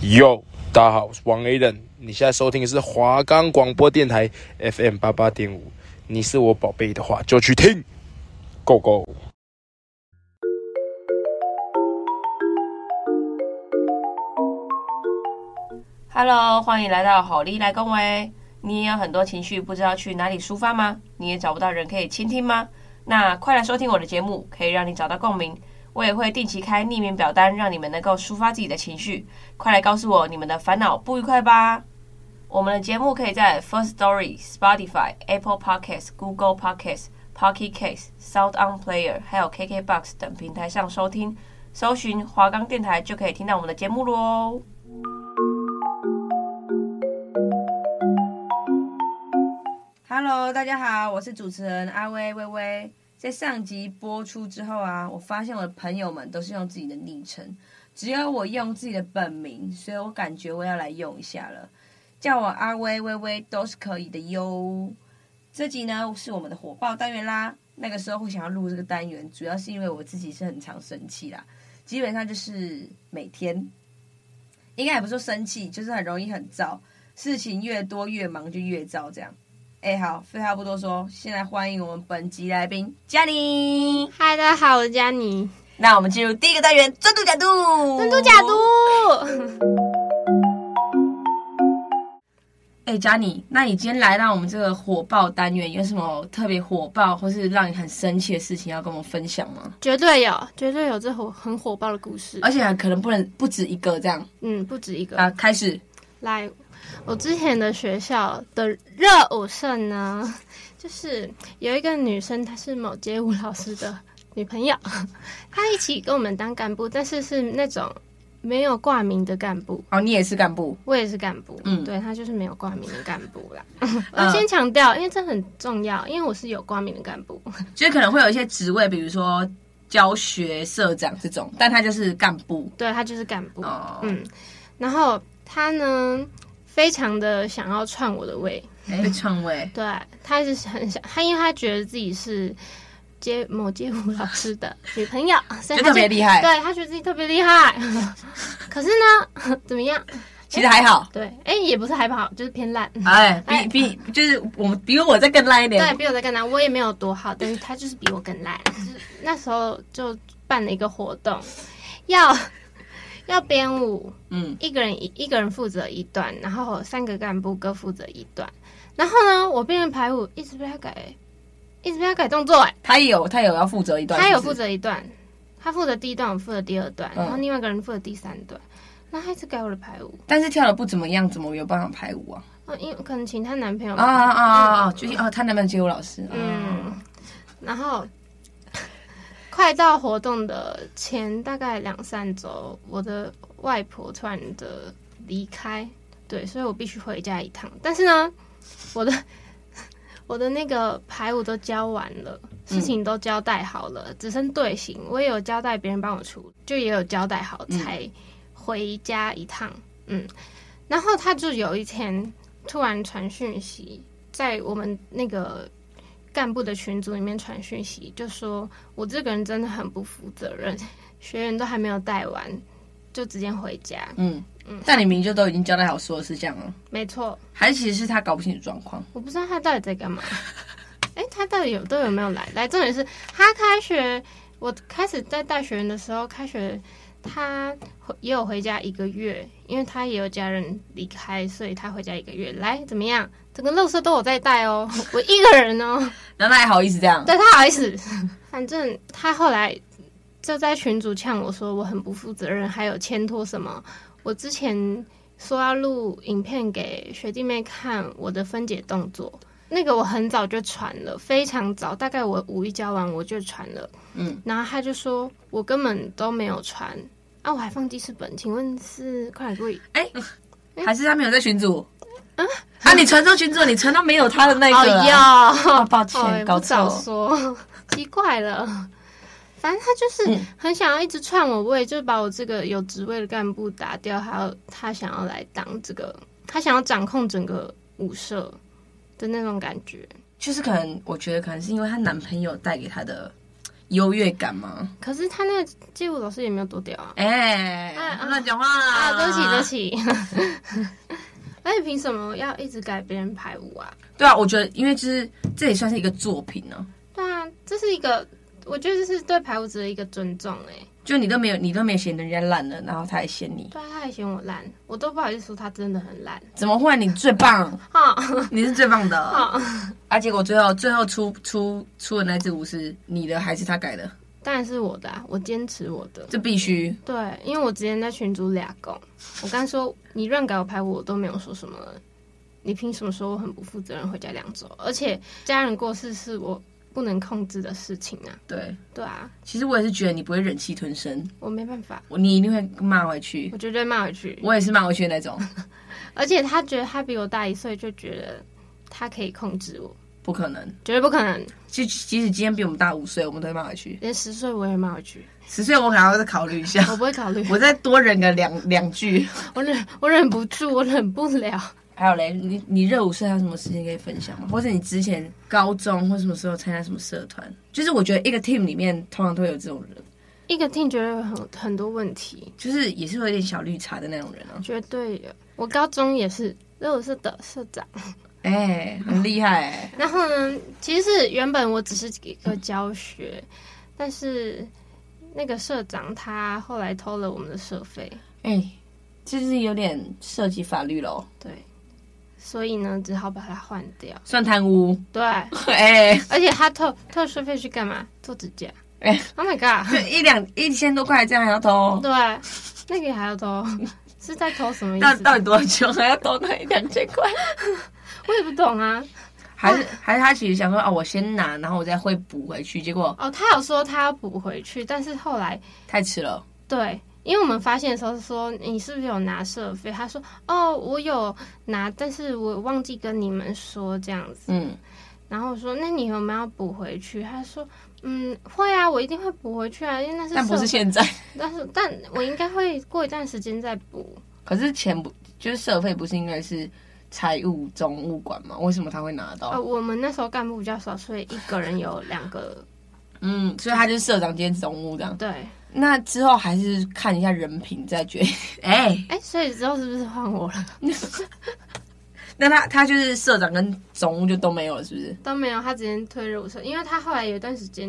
Yo，大家好，我是王 A 人。你现在收听的是华冈广播电台 FM 八八点五。你是我宝贝的话，就去听，Go Go。 Hello，欢迎来到好利来恭维。你也有很多情绪，不知道去哪里抒发吗？你也找不到人可以倾听吗？那快来收听我的节目，可以让你找到共鸣。我也会定期开匿名表单，让你们能够抒发自己的情绪。快来告诉我你们的烦恼不愉快吧！我们的节目可以在 First Story、Spotify、Apple Podcasts、Google Podcasts、Pocket Casts、Sound On Player 还有 KKBox 等平台上收听，搜寻华冈电台就可以听到我们的节目喽。Hello，大家好，我是主持人阿威微微。在上集播出之后啊，我发现我的朋友们都是用自己的昵称，只有我用自己的本名，所以我感觉我要来用一下了，叫我阿威微微都是可以的哟。这集呢是我们的火爆单元啦。那个时候会想要录这个单元，主要是因为我自己是很常生气啦，基本上就是每天，应该也不是说生气，就是很容易很燥，事情越多越忙就越燥这样。哎，好，废话不多说，现在欢迎我们本集来宾嘉妮。嗨，大家好，我是佳妮。那我们进入第一个单元，真度假度。真度假。都，哎，嘉妮，那你今天来到我们这个火爆单元，有什么特别火爆或是让你很生气的事情要跟我们分享吗？ 绝对有，绝对有这火很火爆的故事。而且可能不能不止一个这样嗯，不止一个。啊。开始，来，我之前的学校的热舞社呢， 就是有一个女生，她是某街舞老师的女朋友， 她一起跟我们当干部，但是是那种没有挂名的干部。哦，你也是干部，我也是干部，嗯对他就是没有挂名的干部 啦。我先强调，因为这很重要，因为我是有挂名的干部。 就是可能会有一些职位，比如说教学社长这种，但他就是干部。对他就是干部，哦，嗯，然后他呢，非常的想要篡我的位，哎被篡位，对他一直很想，他因为他觉得自己是街某街舞老师的女朋 友，所以就他特别厉害。对他觉得自己特别厉害。可是呢，怎么样？其实还好，对，哎、也不是还不好，就是偏烂。哎，哎比比就是我们比我再更烂一点。对比我在更烂，我也没有多好，但是他就是比我更烂。就是那时候就办了一个活动，要要编舞，嗯，一个人一一个人负责一段，然后三个干部各负责一段。然后呢，我变成排舞，一直被他改，一直被他改动作、哎，他也有他也有要负责一段，他有是不负是责一段，他负责第一段，我负责第二段，嗯然后另外一个人负责第三段。那他一直改我的排舞，但是跳的不怎么样，怎么有办法排舞啊？哦，因为可能请她男朋友啊吧啊啊！啊！就是啊，他男朋友街舞老师，嗯，嗯，然后快到活动的前大概两三周，我的外婆突然的离开，对，所以我必须回家一趟。但是呢，我的 我的那个排舞都教完了，事情都交代好了，只剩队形，我也有交代别人帮我出，就也有交代好嗯才回家一趟。嗯，然后他就有一天突然传讯息，在我们那个干部的群组里面传讯息，就说我这个人真的很不负责任，学员都还没有带完，就直接回家。嗯但你明明就都已经交代好所有事项了，没错，还是其实是他搞不清楚状况？我不知道他到底在干嘛。哎，他到底有都有没有来？来，重点是他开学，我开始在带学员的时候，开学他回也有回家一个月，因为他也有家人离开，所以他回家一个月。来，怎么样？整个垃圾都我在带哦，我一个人哦。然后他还好意思这样？对他好意思。 反正他后来就在群主呛我说我很不负责任，还有牵拖什么。我之前说要录影片给学弟妹看我的分解动作，那个我很早就传了，非常早，大概我五一交完我就传了。嗯，然后他就说我根本都没有传。啊！我还放记事本，请问是快来贵哎，还是他没有在群组？啊，你传到群组，你传到没有他的那哦个了？哟哦，抱哦，歉，也搞不错早了。说，奇怪了。 反正他就是很想要一直篡我位，就是把我这个有职位的干部打掉，还有他想要来当这个，他想要掌控整个舞社的那种感觉。就是可能，我觉得可能是因为她男朋友带给她的优越感吗？可是他那个记录老师也没有多屌啊！哎、啊乱讲话啊，对不起，对不起。 而且凭什么要一直改别人排舞啊？对啊，我觉得因为就是这也算是一个作品呢、对啊，这是一个，我觉得这是对排舞者的一个尊重哎、就你都没有你都没有嫌人家烂了，然后他还嫌你，对啊，他还嫌我烂，我都不好意思说他真的很烂怎么会？你最棒，啊。你是最棒的好啊！结果最后最后出出出的那支舞是你的还是他改的？当然是我的、啊，我坚持我的。这必须对，因为我之前在群组俩拱，我刚说你乱改我排舞，我都没有说什么了，你凭什么说我很不负责任回家两周？而且家人过世是我不能控制的事情啊，对。对啊，其实我也是觉得你不会忍气吞声，我没办法，我你一定会骂回去。我绝对骂回去。我也是骂回去的那种，而且他觉得他比我大一岁，就觉得他可以控制我，不可能。绝对不可能，即即使今天比我们大五岁，我们都会骂回去。连十岁我也骂回去，十岁我可能要再考虑一 下，我不会考虑，我再多忍个两两句。我忍我忍不住，我忍不了。还有嘞，你你热舞社还有什么事情可以分享吗？或者你之前高中或什么时候参加什么社团？就是我觉得一个 team 里面通常都会有这种人，一个 team 绝对有很很多问题，就是也是有点小绿茶的那种人啊。绝对有。我高中也是热舞社的社长，哎、很厉害、然后呢，其实原本我只是一个教学，但是那个社长他后来偷了我们的社费， 哎、就是有点涉及法律喽，对，所以呢只好把他换掉。算贪污。对， 哎、而且他偷偷社费去干嘛？做指甲。哎 o h my god！就一两一千多块这样还要偷，对，那个也还要偷，是在偷什么意到思？到底多久还要偷那一两千 块？我也不懂啊。还是还是他其实想说啊，我先拿，然后我再会补回去，结果哦，他有说他要补回去，但是后来太迟了。对，因为我们发现的时候是说你是不是有拿社费？他说哦，我有拿，但是我忘记跟你们说这样子。嗯，然后我说那你有没有要补回去？他说嗯，会啊，我一定会补回去啊，因为那是但不是社费现在。但是但我应该会过一段时间再补。可是钱不就是社费不是应该是财务总务管吗？为什么他会拿到？呃，我们那时候干部比较少，所以一个人有两个。嗯，所以他就是社长兼总务这样。对，那之后还是看一下人品再决定。 哎、哎，所以之后是不是换我了？那他他就是社长跟总务就都没有了，是不是？都没有，他直接推入社，因为他后来有一段时间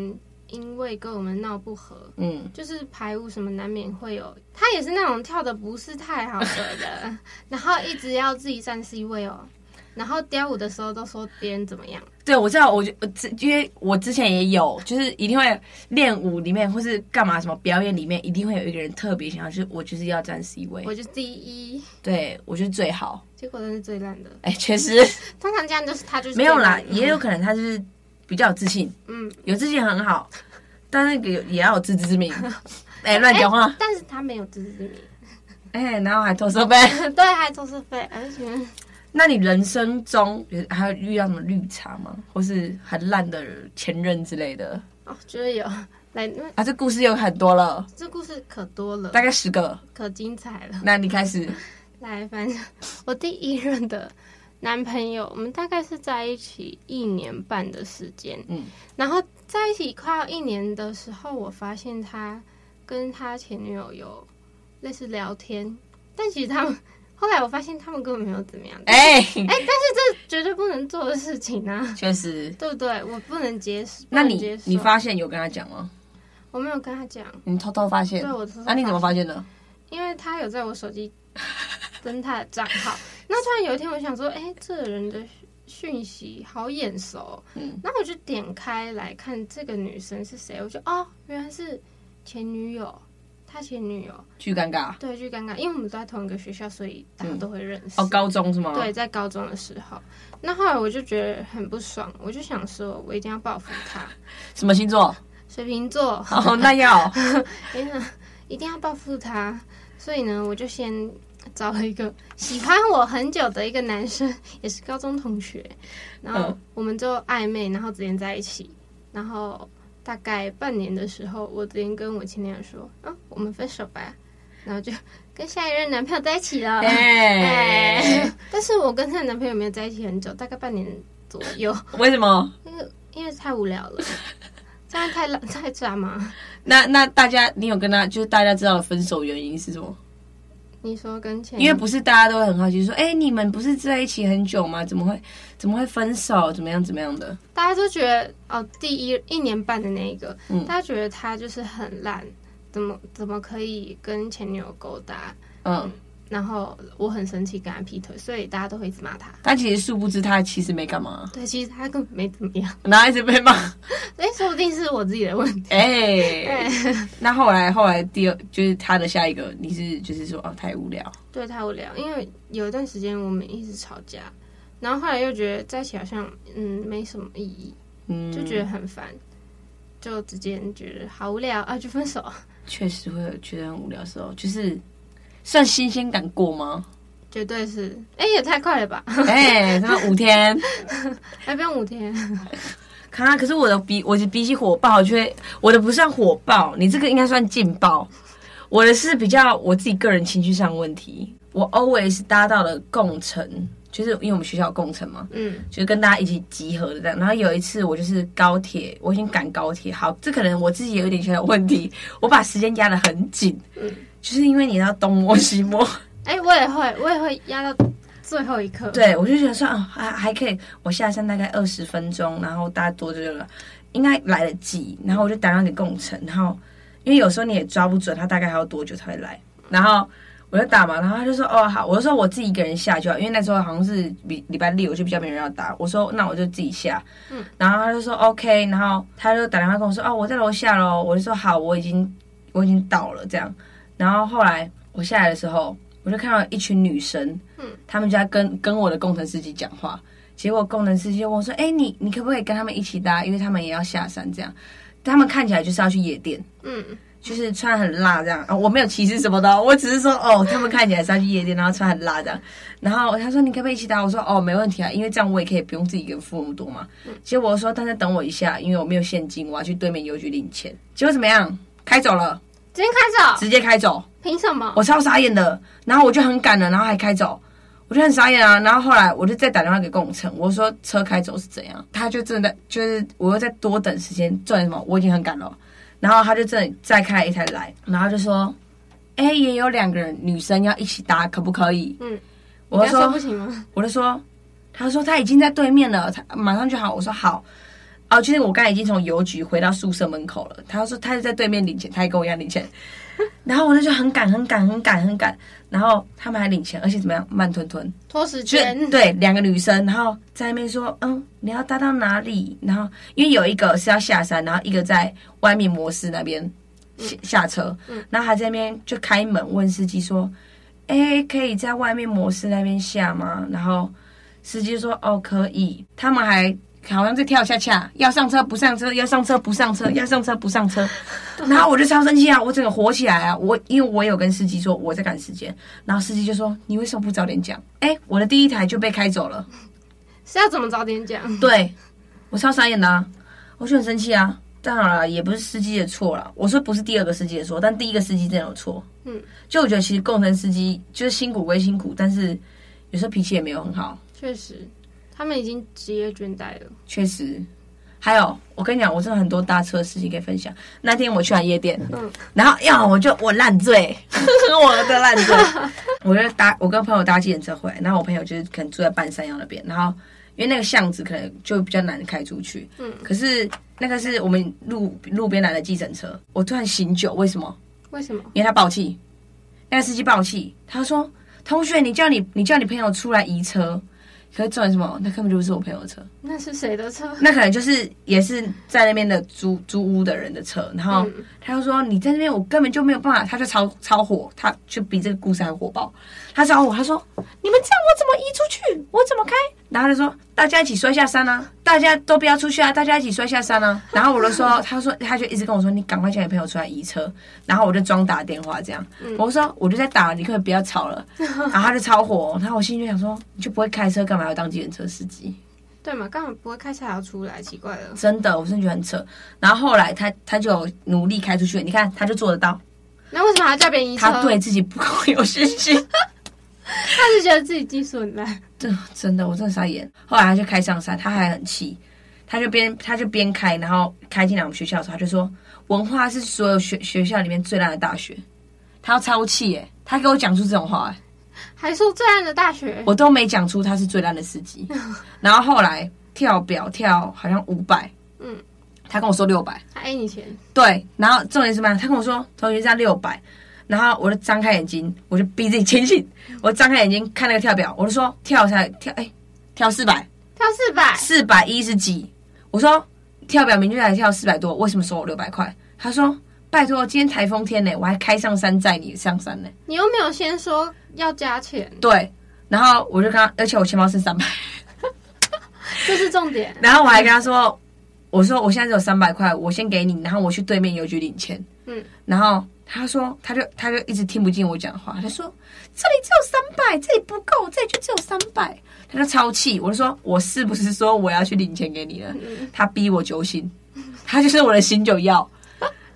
因为跟我们闹不和，嗯，就是排舞什么难免会有，他也是那种跳的不是太好的人， 然后一直要自己站 C 位哦，然后跳舞的时候都说别人怎么样，对，我知道，我就我之因为我之前也有，就是一定会练舞里面或是干嘛什么表演里面，一定会有一个人特别想要，就是我就是要站 C 位，我就第一，对我就是最好。结果真是最烂的。哎、确 实通常这样就是他就是没有啦最，烂的也有可能他就是比较有自信，嗯，有自信很好，但那个有也要有自知 之明。哎、 乱讲话！但是他没有自知之明，哎、然后还偷设备。对，还偷吃费，而且 那你人生中有还有遇到什么绿茶吗？或是很烂的前任之类的？哦，觉得有来，因为啊，这故事有很多了，这故事可多了大，概十个。可精彩了。那你开始，来，反正 我第一任的男朋友，我们大概是在一起一年半的时间，嗯，然后在一起快要一年的时候，我发现他跟他前女友有类似聊天，但其实他们后来我发现他们根本没有怎么样，哎、绝对不能做的事情啊，确实。对不对？我不能接受，那不能你接受你发现有跟他讲吗？我没有跟他讲，你偷偷发现？对我偷偷那、你怎么发现的？因为他有在我手机登他的账号， 那突然有一天我想说，哎，这个人的讯息好眼熟，嗯，那我就点开来看这个女生是谁，我就哦，原来是前女友，他前女友，巨尴尬。对，就尴尬，因为我们都在同一个学校，所以大家都会认识。哦，高中是吗？对，，在高中的时候，那后来我就觉得很不爽，我就想说，我一定要报复他。什么星座？水瓶座，哦，那 要哎呀，一定要报复他，所以呢，我就先找了一个喜欢我很久的一个男生，也是高中同学，然后嗯我们就暧昧，然后直接在一起，然后大概半年的时候，我直接跟我前男友说，啊，我们分手吧，然后就跟下一任男朋友在一起 了。哎、哎， 但是我跟她的男朋友没有在一起很久，大概半年左右， 为什么？因为因为太无聊了，这样太浪太抓嘛。那那大家，你有跟他就是大家知道的分手原因是什么？你说跟前因为不是大家都会很好奇说，哎、你们不是在一起很久吗？怎么会怎么会分手？怎么样怎么样的？大家都觉得哦，第一一年半的那一个，嗯大家觉得他就是很烂，怎么怎么可以跟前女友勾搭？嗯，然后我很生气，跟他劈腿，所以大家都会一直骂他。但其实殊不知他其实没干嘛，对，其实他根本没怎么样， 然后一直被骂。哎，说不定是我自己的问题。哎、嗯那后来后来第二就是他的下一个，你是就是说哦太无聊，对太无聊，因为有一段时间我们一直吵架，然后后来又觉得在一起好像嗯没什么意义，嗯，就觉得很烦，就直接觉得好无聊啊，就分手。确实会有觉得很无聊的时候，就是算新鲜感过吗？绝对是，哎、也太快了吧？ 哎、他妈五天，还不用五天，啊！可是我的比我的比起火爆，我觉得我的不算火爆，你这个应该算劲爆。我的是比较我自己个人情绪上的问题。我 always 搭到了共乘，就是因为我们学校有共乘嘛，嗯，就是跟大家一起集合的这样。然后有一次我就是高铁，我已经赶高铁，好，这可能我自己有点小小问题，我把时间压得很紧，就是因为你要东摸西摸。哎、我也会，我也会压到最后一刻。，对，我就觉得说，哦，还还可以，我下山大概二十分钟，然后大家多久了，应该来得及。然后我就打算给共乘，然后因为有时候你也抓不准他大概还要多久才会来，然后我就打嘛，然后他就说，哦，好，我就说我自己一个人下就好，因为那时候好像是礼礼拜六，就比较没人要打。我说那我就自己下，嗯，然后他就说哦 OK，然后他就打电话跟我说，哦，我在楼下喽。我就说好，我已经我已经到了这样。然后后来我下来的时候，我就看到一群女生，嗯，他们就在跟跟我的工程司机讲话。结果工程司机就问我说：“哎、你你可不可以跟他们一起搭？因为他们也要下山，这样。他们看起来就是要去夜店，嗯，就是穿很辣这样啊、我没有歧视什么的哦，我只是说哦，他们看起来是要去夜店，然后穿很辣这样。然后他说你可不可以一起打？我说哦，没问题啊，因为这样我也可以不用自己一个人付那么多嘛。结果我说但是等我一下，因为我没有现金，我要去对面邮局领钱。结果怎么样？开走了，今天开始哦，直接开走。凭什么？我超傻眼的，然后我就很赶了，然后还开走，我就很傻眼啊。然后后来我就再打电话给共乘，我说车开走是怎样？他就真的就是我又再多等时间，重点是什么？我已经很赶了。然后他就真的再开了一台来，然后就说：“哎、也有两个人女生要一起搭，可不可以？”嗯，我你就要说说不行吗？我就说，他说他已经在对面了，他马上就好。我说好。哦，就是我刚才已经从邮局回到宿舍门口了。他说他就在对面领钱，他也跟我一样领钱。然后我那就很赶，很赶，很赶，很赶。然后他们还领钱，而且怎么样，慢吞吞。拖时就间，对两个女生，然后在那边说，嗯，你要搭到哪里？然后因为有一个是要下山，然后一个在外面摩斯那边下下车，嗯然后还在那边就开门问司机说，哎，可以在外面摩斯那边下吗？然后司机就说，哦，可以。他们还好像在跳恰恰，要上车不上车，要上车不上车，要上车不上车。然后我就超生气啊！我整个火起来啊！我因为我有跟司机说我在赶时间，然后司机就说你为什么不早点讲？哎，我的第一台就被开走了，是要怎么早点讲？对我超傻眼的、啊，我就很生气啊！当然了，也不是司机的错啦，我说不是第二个司机的错，但第一个司机真的有错。嗯，就我觉得其实共乘司机就是辛苦归辛苦，但是有时候脾气也没有很好，确实，他们已经职业倦怠了。确实。还有，我跟你讲，我真的很多搭车的事情可以分享。那天我去完夜店，嗯，然后要我就我烂 醉，我的烂醉， 我就搭我跟朋友搭计程车回来，然后我朋友就是可能住在半山腰那边，然后因为那个巷子可能就比较难开出去，嗯可是那个是我们路路边来的计程车，我突然醒酒，为什么？为什么？因为他爆气，那个司机爆气，他说：“同学，你叫你你叫你朋友出来移车。”可是重点是什么？那根本就不是我朋友的车，那是谁的车？那可能就是也是在那边的租租屋的人的车，然后嗯他就说你在那边我根本就没有办法，他就超超火，他就比这个故事还火爆，他找我，他说你们这样我怎么移出去，我怎么开？然后他就说大家一起摔下山啊，大家都不要出去啊，大家一起摔下山啊。然后我就说，他说他就一直跟我说你赶快叫你朋友出来移车，然后我就装打电话这样，我就说我就在打，你可不可以不要吵了？然后他就超火，然后我心里就想说你就不会开车，干嘛要当计程车司机？对嘛？根本不会开车还要出来，奇怪了。真的，我真的觉得很扯。然后后来他他就努力开出去，你看他就做得到，那为什么还要叫别人移车？他对自己不够有信心。 他是觉得自己技术很烂。真真的，我真的傻眼。后来他就开上山，他还很气，他就边他就边开，然后开进来我们学校的时候，他就说文化是所有学学校里面最烂的大学，他要超气耶、他给我讲出这种话、耶还说最烂的大学，我都没讲出他是最烂的司机。然后后来跳表跳好像五百，嗯，他跟我说六百，他 A 你钱，对，然后重点是什么样？他跟我说同学价六百，然后我就张开眼睛，我就逼自己清醒，我张开眼睛看那个跳表，我就说跳下来跳，哎、跳四百，跳四百，四百一十几，我说跳表明就才跳四百多，为什么收我六百块？他说拜托，今天台风天呢、我还开上山载你上山呢、你又没有先说要加钱，对，然后我就跟他，而且我钱包剩三百，这是重点。然后我还跟他说，我说我现在只有三百块，我先给你，然后我去对面邮局领钱。嗯，然后他说，他就他就一直听不进我讲话，他说这里只有三百，这里不够，这里就只有三百，他就超气。我就说，我是不是说我要去领钱给你了？他逼我揪心，他就是我的醒酒药。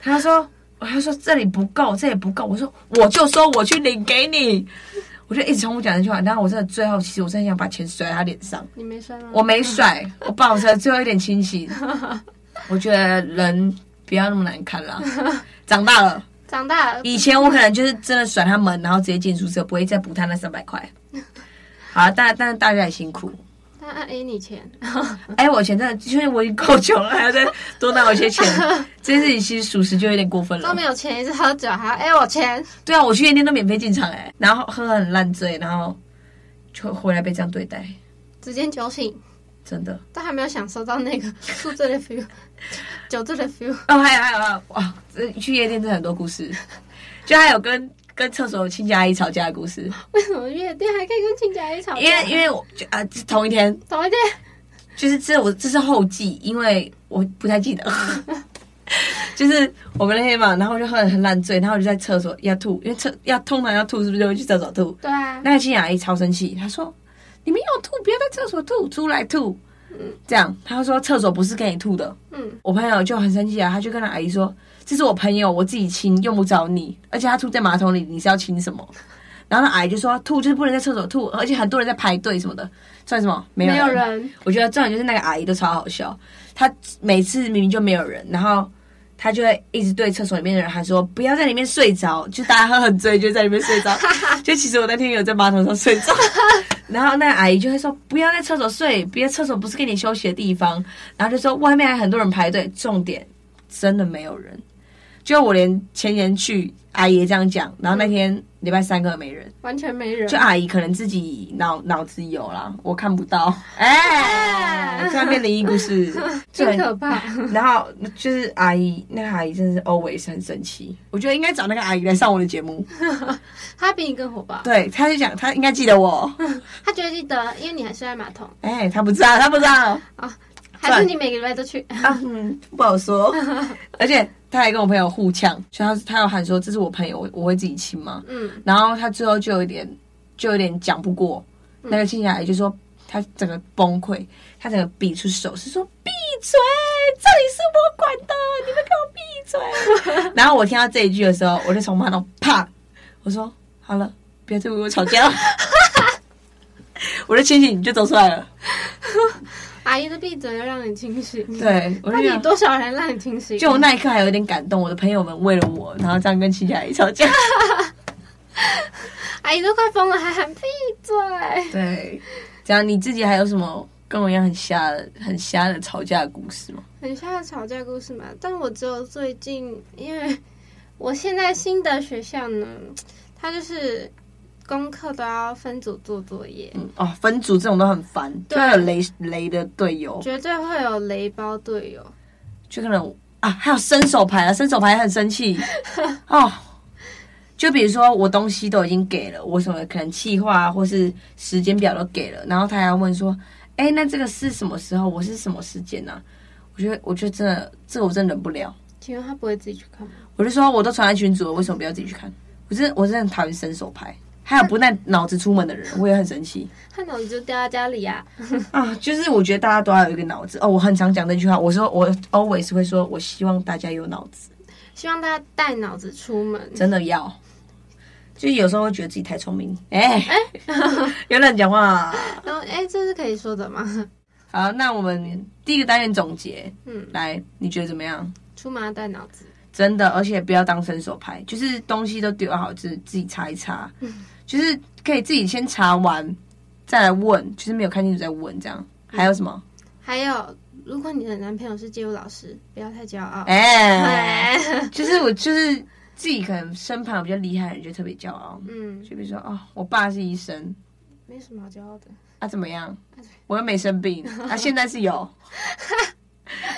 他说，他说这里不够，这里不够。我说，我就说我去领给你。我就一直重复讲这句话，然后我真的最后，其实我真的想把钱甩在他脸上。你没摔吗？我没甩，我保持了最后一点清醒。我觉得人不要那么难看啦，长大了。长大了，以前我可能就是真的甩他们，然后直接进宿舍，不会再补他那三百块。好啊，但但是大家也辛苦。他 A 你钱，哎、我以前真的就是我已经够穷了，还要再多拿我一些钱，这件事情其实属实就有点过分都了没。有钱，一直喝酒还要 A 我钱，对啊，我去夜店都免费进场哎、然后喝很烂醉，然后就回来被这样对待，直接酒醒，真的。都还没有享受到那个宿醉的 feel，酒 醉的 feel。 哦，还有还有还有，哇，这去夜店真的很多故事，就还有跟跟厕所亲家阿姨吵架的故事，为什么夜店还可以跟亲家一吵架？因为因为我就啊、这同一天，怎么一点？就是这我这是后记，因为我不太记得。就是我们那天嘛，然后我就喝得很烂醉，然后我就在厕所要吐，因为厕要通常要吐，是不是就会去厕所吐？对啊，那个亲家阿姨超生气，她说：“你们要吐，不要在厕所吐，出来吐。”这样，她说厕所不是给你吐的。嗯，我朋友就很生气啊，他就跟他阿姨说：“这是我朋友，我自己亲，用不着你。而且他吐在马桶里，你是要亲什么？”然后那阿姨就说：“吐就是不能在厕所吐，而且很多人在排队什么的，算什么？没有没人。有人，我觉得重点就是那个阿姨都超好笑，她每次明明就没有人，然后她就会一直对厕所里面的人喊说：“不要在里面睡着。”就大家喝很醉，就在里面睡 着。就其实我那天有在马桶上睡着。然后那个阿姨就会说：“不要在厕所睡，别的厕所不是给你休息的地方。”然后就说外面还很多人排队，重点真的没有人。就我连前年去阿姨也这样讲，然后那天礼拜三根本没人，完全没人就。阿姨可能自己脑脑子有啦，我看不到。哎、突然变灵异故事，就真很可怕！然后就是阿姨，那个阿姨真的是 always 很生气。我觉得应该找那个阿姨来上我的节目。他比你更火爆，对，她就讲她应该记得我。他觉得记得，因为你还睡在马桶，哎、她不知道，她不知道还是你每个礼拜都去？啊，嗯，不好说。而且她还跟我朋友互呛，所以她她有喊说这是我朋友，我我会自己亲吗？嗯，然后他最后就有点就有点讲不过，那个亲戚阿姨就说他整个崩溃，他整个比出手势说闭嘴，这里是我管的，你们给我闭嘴。然后我听到这一句的时候，我就从马桶啪，我说好了，不要再为我吵架了。我的清醒就走出来了，阿姨的闭嘴要让你清醒。对我到就底想，多少人让你清醒？就我那一刻还有点感动，我的朋友们为了我，然后这样跟亲戚阿姨吵架。 阿姨都快疯了，还喊闭嘴。对，这样你自己还有什么跟我一样很瞎的、很瞎的吵架的故事吗？很像的吵架故事嘛。但我只有最近，因为我现在新的学校呢，它就是功课都要分组做作业，嗯，哦，分组这种都很烦，就对会有雷雷的队友，绝对会有雷包队友。就可能啊，还有伸手牌啊，伸手牌很生 气哦。就比如说我东西都已经给了，我什么可能计划啊，或是时间表都给了，然后他还要问说，哎、那这个是什么时候？我是什么时间呢、啊？我觉得，我觉得真的，这个我真的忍不了。请问他不会自己去看吗？我就说我都传在群组了，为什么不要自己去看？我真的我真的很讨厌伸手牌，还有不带脑子出门的人，我也很生气他脑子就掉在家里啊！啊！就是我觉得大家都要有一个脑子哦。我很常讲这句话，我说我 always 会说，我希望大家有脑子，希望大家带脑子出门。真的要。就是有时候会觉得自己太聪明，哎、有人讲话， 然后，哎，这是可以说的吗？ 好，那我们第一个单元总结，嗯，来，你觉得怎么样？出门要带脑子，真的，而且不要当伸手牌，就是东西都丢好，自自己查一查，就是可以自己先查完再来问，就是没有看清楚再问这样。还有什么？还有如果你的男朋友是街舞老师，不要太骄傲。哎、哎，就是我就是自己可能身旁比较厉害的人就特别骄傲， 嗯，就比如说哦，我爸是医生没什么好骄傲的。啊，怎么样？我又没生病啊，现在是有。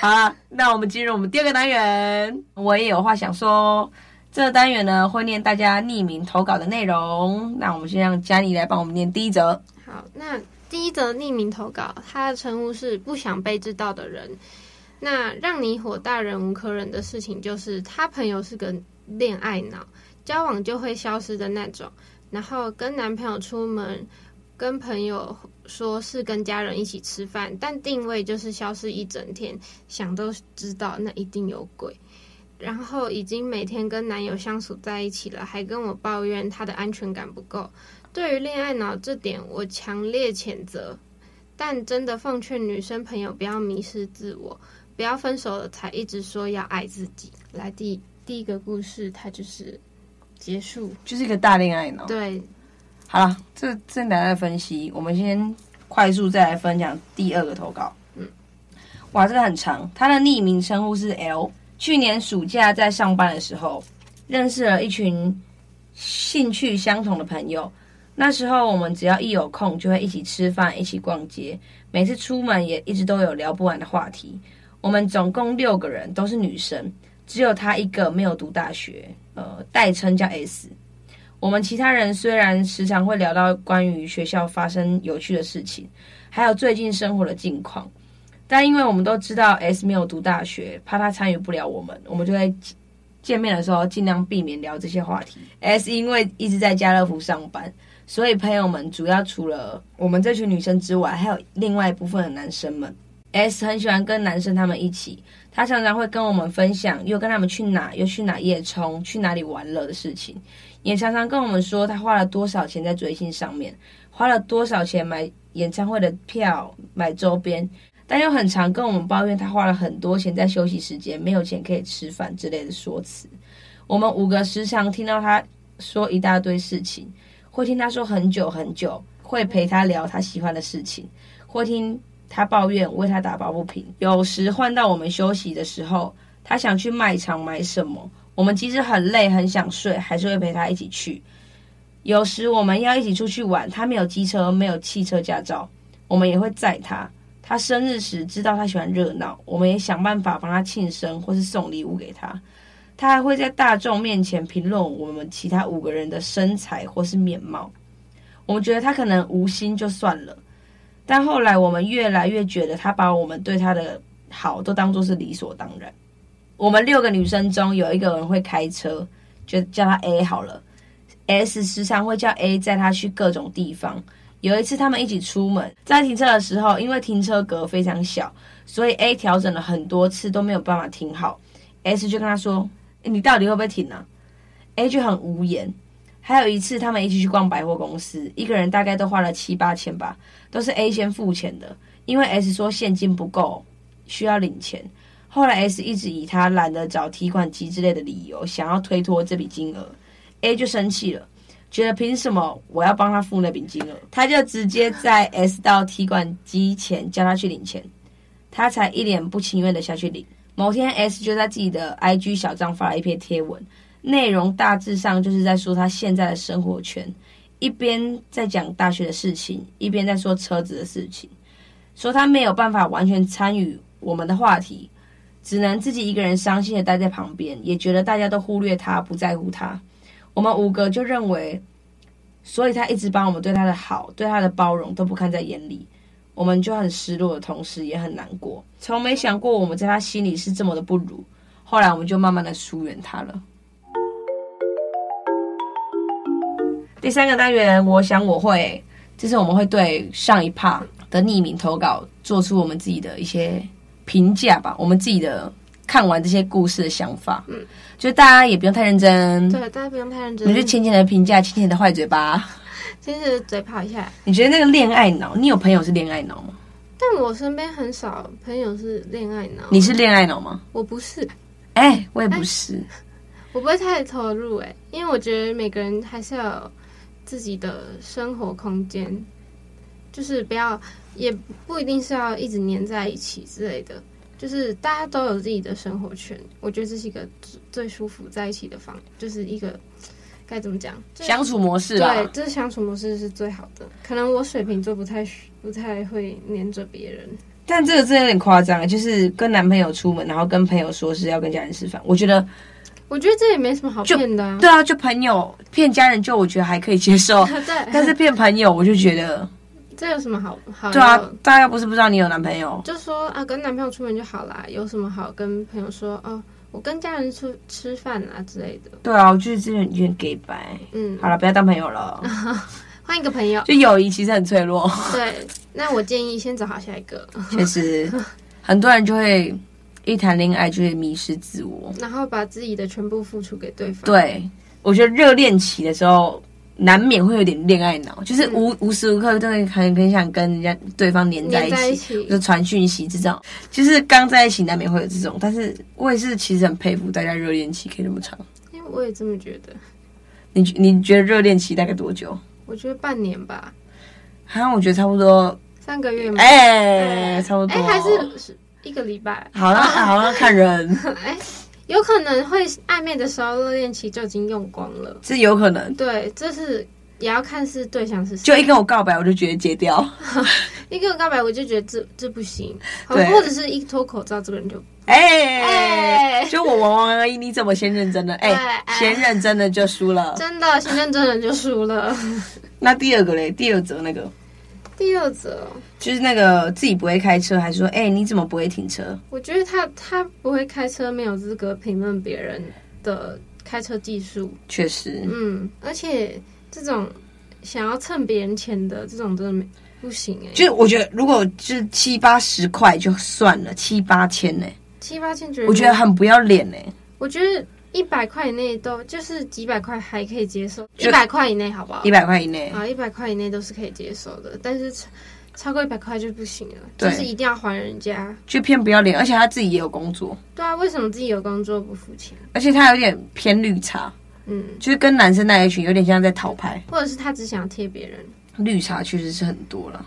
好啦，那我们进入我们第二个单元，我也有话想说。这个单元呢会念大家匿名投稿的内容，那我们先让佳妮来帮我们念第一则。好，那第一则匿名投稿，他的称呼是不想被知道的人。那让你火大忍无可忍的事情，就是他朋友是个恋爱脑，交往就会消失的那种，然后跟男朋友出门，跟朋友说是跟家人一起吃饭，但定位就是消失一整天，想都知道那一定有鬼。然后已经每天跟男友相处在一起了，还跟我抱怨他的安全感不够，对于恋爱脑这点，我强烈谴责，但真的奉劝女生朋友不要迷失自我，不要分手了才一直说要爱自己。来第第一个故事，它就是结束。就是一个大恋爱脑。对，好了，这这两个分析，我们先快速再来分享第二个投稿。嗯，哇，这个很长，他的匿名称呼是 L。去年暑假在上班的时候，认识了一群兴趣相同的朋友。那时候我们只要一有空，就会一起吃饭，一起逛街。每次出门也一直都有聊不完的话题。我们总共六个人，都是女生，只有她一个没有读大学，呃，代称叫 S。我们其他人虽然时常会聊到关于学校发生有趣的事情，还有最近生活的近况，但因为我们都知道 S 没有读大学，怕他参与不了我们，我们就在见见面的时候尽量避免聊这些话题。S 因为一直在家乐福上班，所以朋友们主要除了我们这群女生之外，还有另外一部分的男生们。S 很喜欢跟男生他们一起，他常常会跟我们分享又跟他们去哪，又去哪夜冲，去哪里玩乐的事情。也常常跟我们说他花了多少钱在追星上面，花了多少钱买演唱会的票、买周边，但又很常跟我们抱怨他花了很多钱在休息时间，没有钱可以吃饭之类的说辞。我们五个时常听到他说一大堆事情，会听他说很久很久，会陪他聊他喜欢的事情，会听他抱怨，为他打抱不平。有时换到我们休息的时候，他想去卖场买什么。我们即使很累、很想睡，还是会陪他一起去。有时我们要一起出去玩，他没有机车，没有汽车驾照，我们也会载他。他生日时知道他喜欢热闹，我们也想办法帮他庆生或是送礼物给他。他还会在大众面前评论我们其他五个人的身材或是面貌。我们觉得他可能无心就算了，但后来我们越来越觉得他把我们对他的好都当做是理所当然。我们六个女生中有一个人会开车，就叫她 A 好了。S 时常会叫 A 载她去各种地方。有一次他们一起出门，在停车的时候，因为停车格非常小，所以 A 调整了很多次都没有办法停好。S 就跟他说：“诶你到底会不会停啊？”A 就很无言。还有一次他们一起去逛百货公司，一个人大概都花了七八千吧，都是 A 先付钱的，因为 S 说现金不够，需要领钱。后来 S 一直以他懒得找提款机之类的理由，想要推脱这笔金额，A 就生气了，觉得凭什么我要帮他付那笔金额？他就直接在 S 到提款机前叫他去领钱，他才一脸不情愿的下去领。某天 S 就在自己的 IG 小账发了一篇贴文，内容大致上就是在说他现在的生活圈，一边在讲大学的事情，一边在说车子的事情，说他没有办法完全参与我们的话题。只能自己一个人伤心的待在旁边，也觉得大家都忽略他，不在乎他。我们五个就认为，所以他一直把我们对他的好、对他的包容都不看在眼里，我们就很失落的同时也很难过，从没想过我们在他心里是这么的不如。后来我们就慢慢的疏远他了。第三个单元，我想我会，这是我们会对上一趴的匿名投稿做出我们自己的一些评价吧，我们自己的看完这些故事的想法。嗯，就大家也不用太认真，对，大家不用太认真嗯你，就浅浅的评价，浅浅的坏嘴巴。先是嘴跑一下。你觉得那个恋爱脑，你有朋友是恋爱脑吗？但我身边很少朋友是恋爱脑，你是恋爱脑吗？我不是，哎、我也不是。我不会太投入哎、欸因为我觉得每个人还是要有自己的生活空间，就是不要也不一定是要一直黏在一起之类的，就是大家都有自己的生活圈，我觉得这是一个最最舒服在一起的方，就是一个该怎么讲就是相处模式啊对，，这相处模式是最好的。可能我水瓶座不太不太会黏着别人，但这个真的有点夸张，欸就是跟男朋友出门，然后跟朋友说是要跟家人吃饭，我觉得我觉得这也没什么好骗的啊。对啊，就朋友骗家人就我觉得还可以接 受，对，但是骗朋友我就觉得，这有什么好好？对啊，大家又不是不知道你有男朋友，就说啊，跟男朋友出门就好啦，有什么好跟朋友说哦？我跟家人出吃饭啦之类的。对啊，我就是真的有点 gay 白。嗯，好了，不要当朋友了，换一个朋友。就友谊其实很脆弱，对，那我建议先找好下一个， 确实，很多人就会一谈恋爱就会迷失自我。然后把自己的全部付出给对方。，对，我觉得热恋期的时候。难免会有点恋爱脑，就是无、无时无刻都会很很想跟人家对方黏在嗯黏一在起一，起。就传讯息这种，就是刚在一起难免会有这种，但是我也是其实很佩服大家热恋期可以那么长。因为我也这么觉得，你你觉得热恋期大概多久？我觉得半年吧，好像我觉得差不多，三个月嘛。哎、差不多。嗯哎，还是是一个礼 拜。好 了，好了，看人，哎，有可能会暧昧的时候热恋期就已经用光了。这有可能。对，这是也要看是对象是谁。就一跟我告白，我就觉得戒掉。一个告白，我就觉得这这不行，好对或者是一脱口罩，这个人就哎、哎就我玩玩而已，你怎么先认真的？哎、哎哎先认真的就输了。 真的行认真人就输了。那第二个嘞，第二则那个 第二则，就是那个自己不会开车，还说哎、你怎么不会停车？我觉得他他不会开车，没有资格评论别人的开车技术。确实，嗯，而且这种想要蹭别人钱的这种真的没不行哎、就是我觉得，如果就是七八十块就算了，七八千呢、七八千觉得我觉得很不要脸呢、我觉得一百块以内都就是几百块还可以接受，就一百块以内好不好一？百块以内，啊，一百块以内都是可以接受的，但是超超过一百块就不行了，就对是一定要还人家。就偏不要脸，而且他自己也有工作，对啊，为什么自己有工作不付钱？而且他有点偏绿茶，嗯，就是跟男生那一群有点像在讨牌。或者是他只想贴别人，绿茶确实是很多了。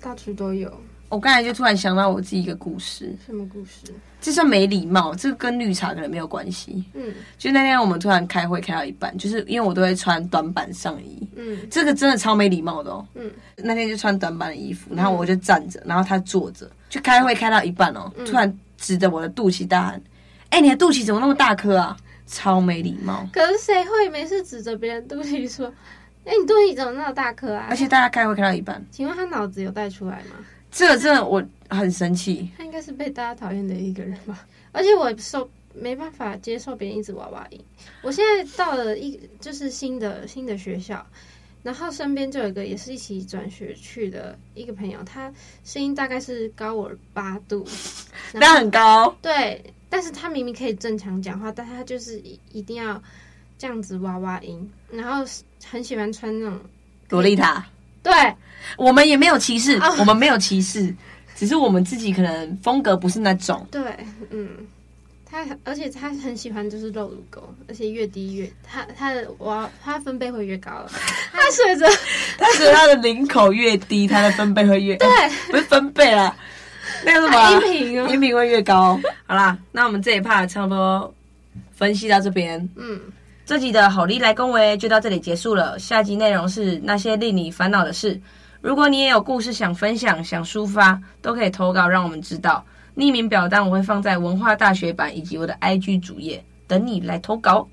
到处都有。我刚才就突然想到我自己一个故事，什么故事？这算没礼貌，这个跟绿茶可能没有关系。嗯就那天我们突然开会开到一半，就是因为我都会穿短版上衣，嗯这个真的超没礼貌的哦。嗯那天就穿短版的衣服，然后我就站着，然后他坐着，就开会开到一半哦，嗯突然指着我的肚脐大喊：“哎、你的肚脐怎么那么大颗啊？”超没礼貌，可是谁会没事指着别人肚皮说：“哎、你肚皮怎么那么大颗啊而且大家开会开到一半，？”请问他脑子有带出来吗？这个真的我很生气。他应该是被大家讨厌的一个人吧。 而且我也受没办法接受别人一直娃娃音。我现在到了一就是新的新的学校，然后身边就有一个也是一起转学去的一个朋友，他声音大概是高我八度，然那后很高，对，但是他明明可以正常讲话，但他就是一一定要这样子娃娃音，然后很喜欢穿那种洛丽塔，对我们也没有歧视嗯啊，我们没有歧视，只是我们自己可能风格不是那种。对，嗯，他而且他很喜欢就是露乳沟，而且越低越他他的娃他分贝会越高了，他随着但是他的领口越低，他的分贝会越对，不是分贝啦，那个什么啊他音频哦，音频会越高。好啦，那我们这一 part 差不多分析到这边， 嗯，这集的好利来恭维就到这里结束了。下集内容是那些令你烦恼的事。如果你也有故事想分享、想抒发，都可以投稿让我们知道。匿名表单我会放在文化大学版以及我的 IG 主页，等你来投稿。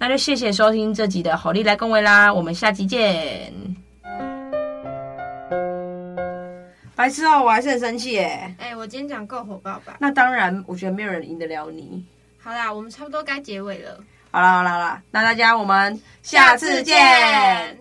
那就谢谢收听这集的好利来恭维啦，我们下集见。白痴哦，我还是很生气耶。哎、我今天讲够火爆吧？那当然，我觉得没有人赢得了你。好啦，我们差不多该结尾了，好啦好啦好啦，那大家我们下次见。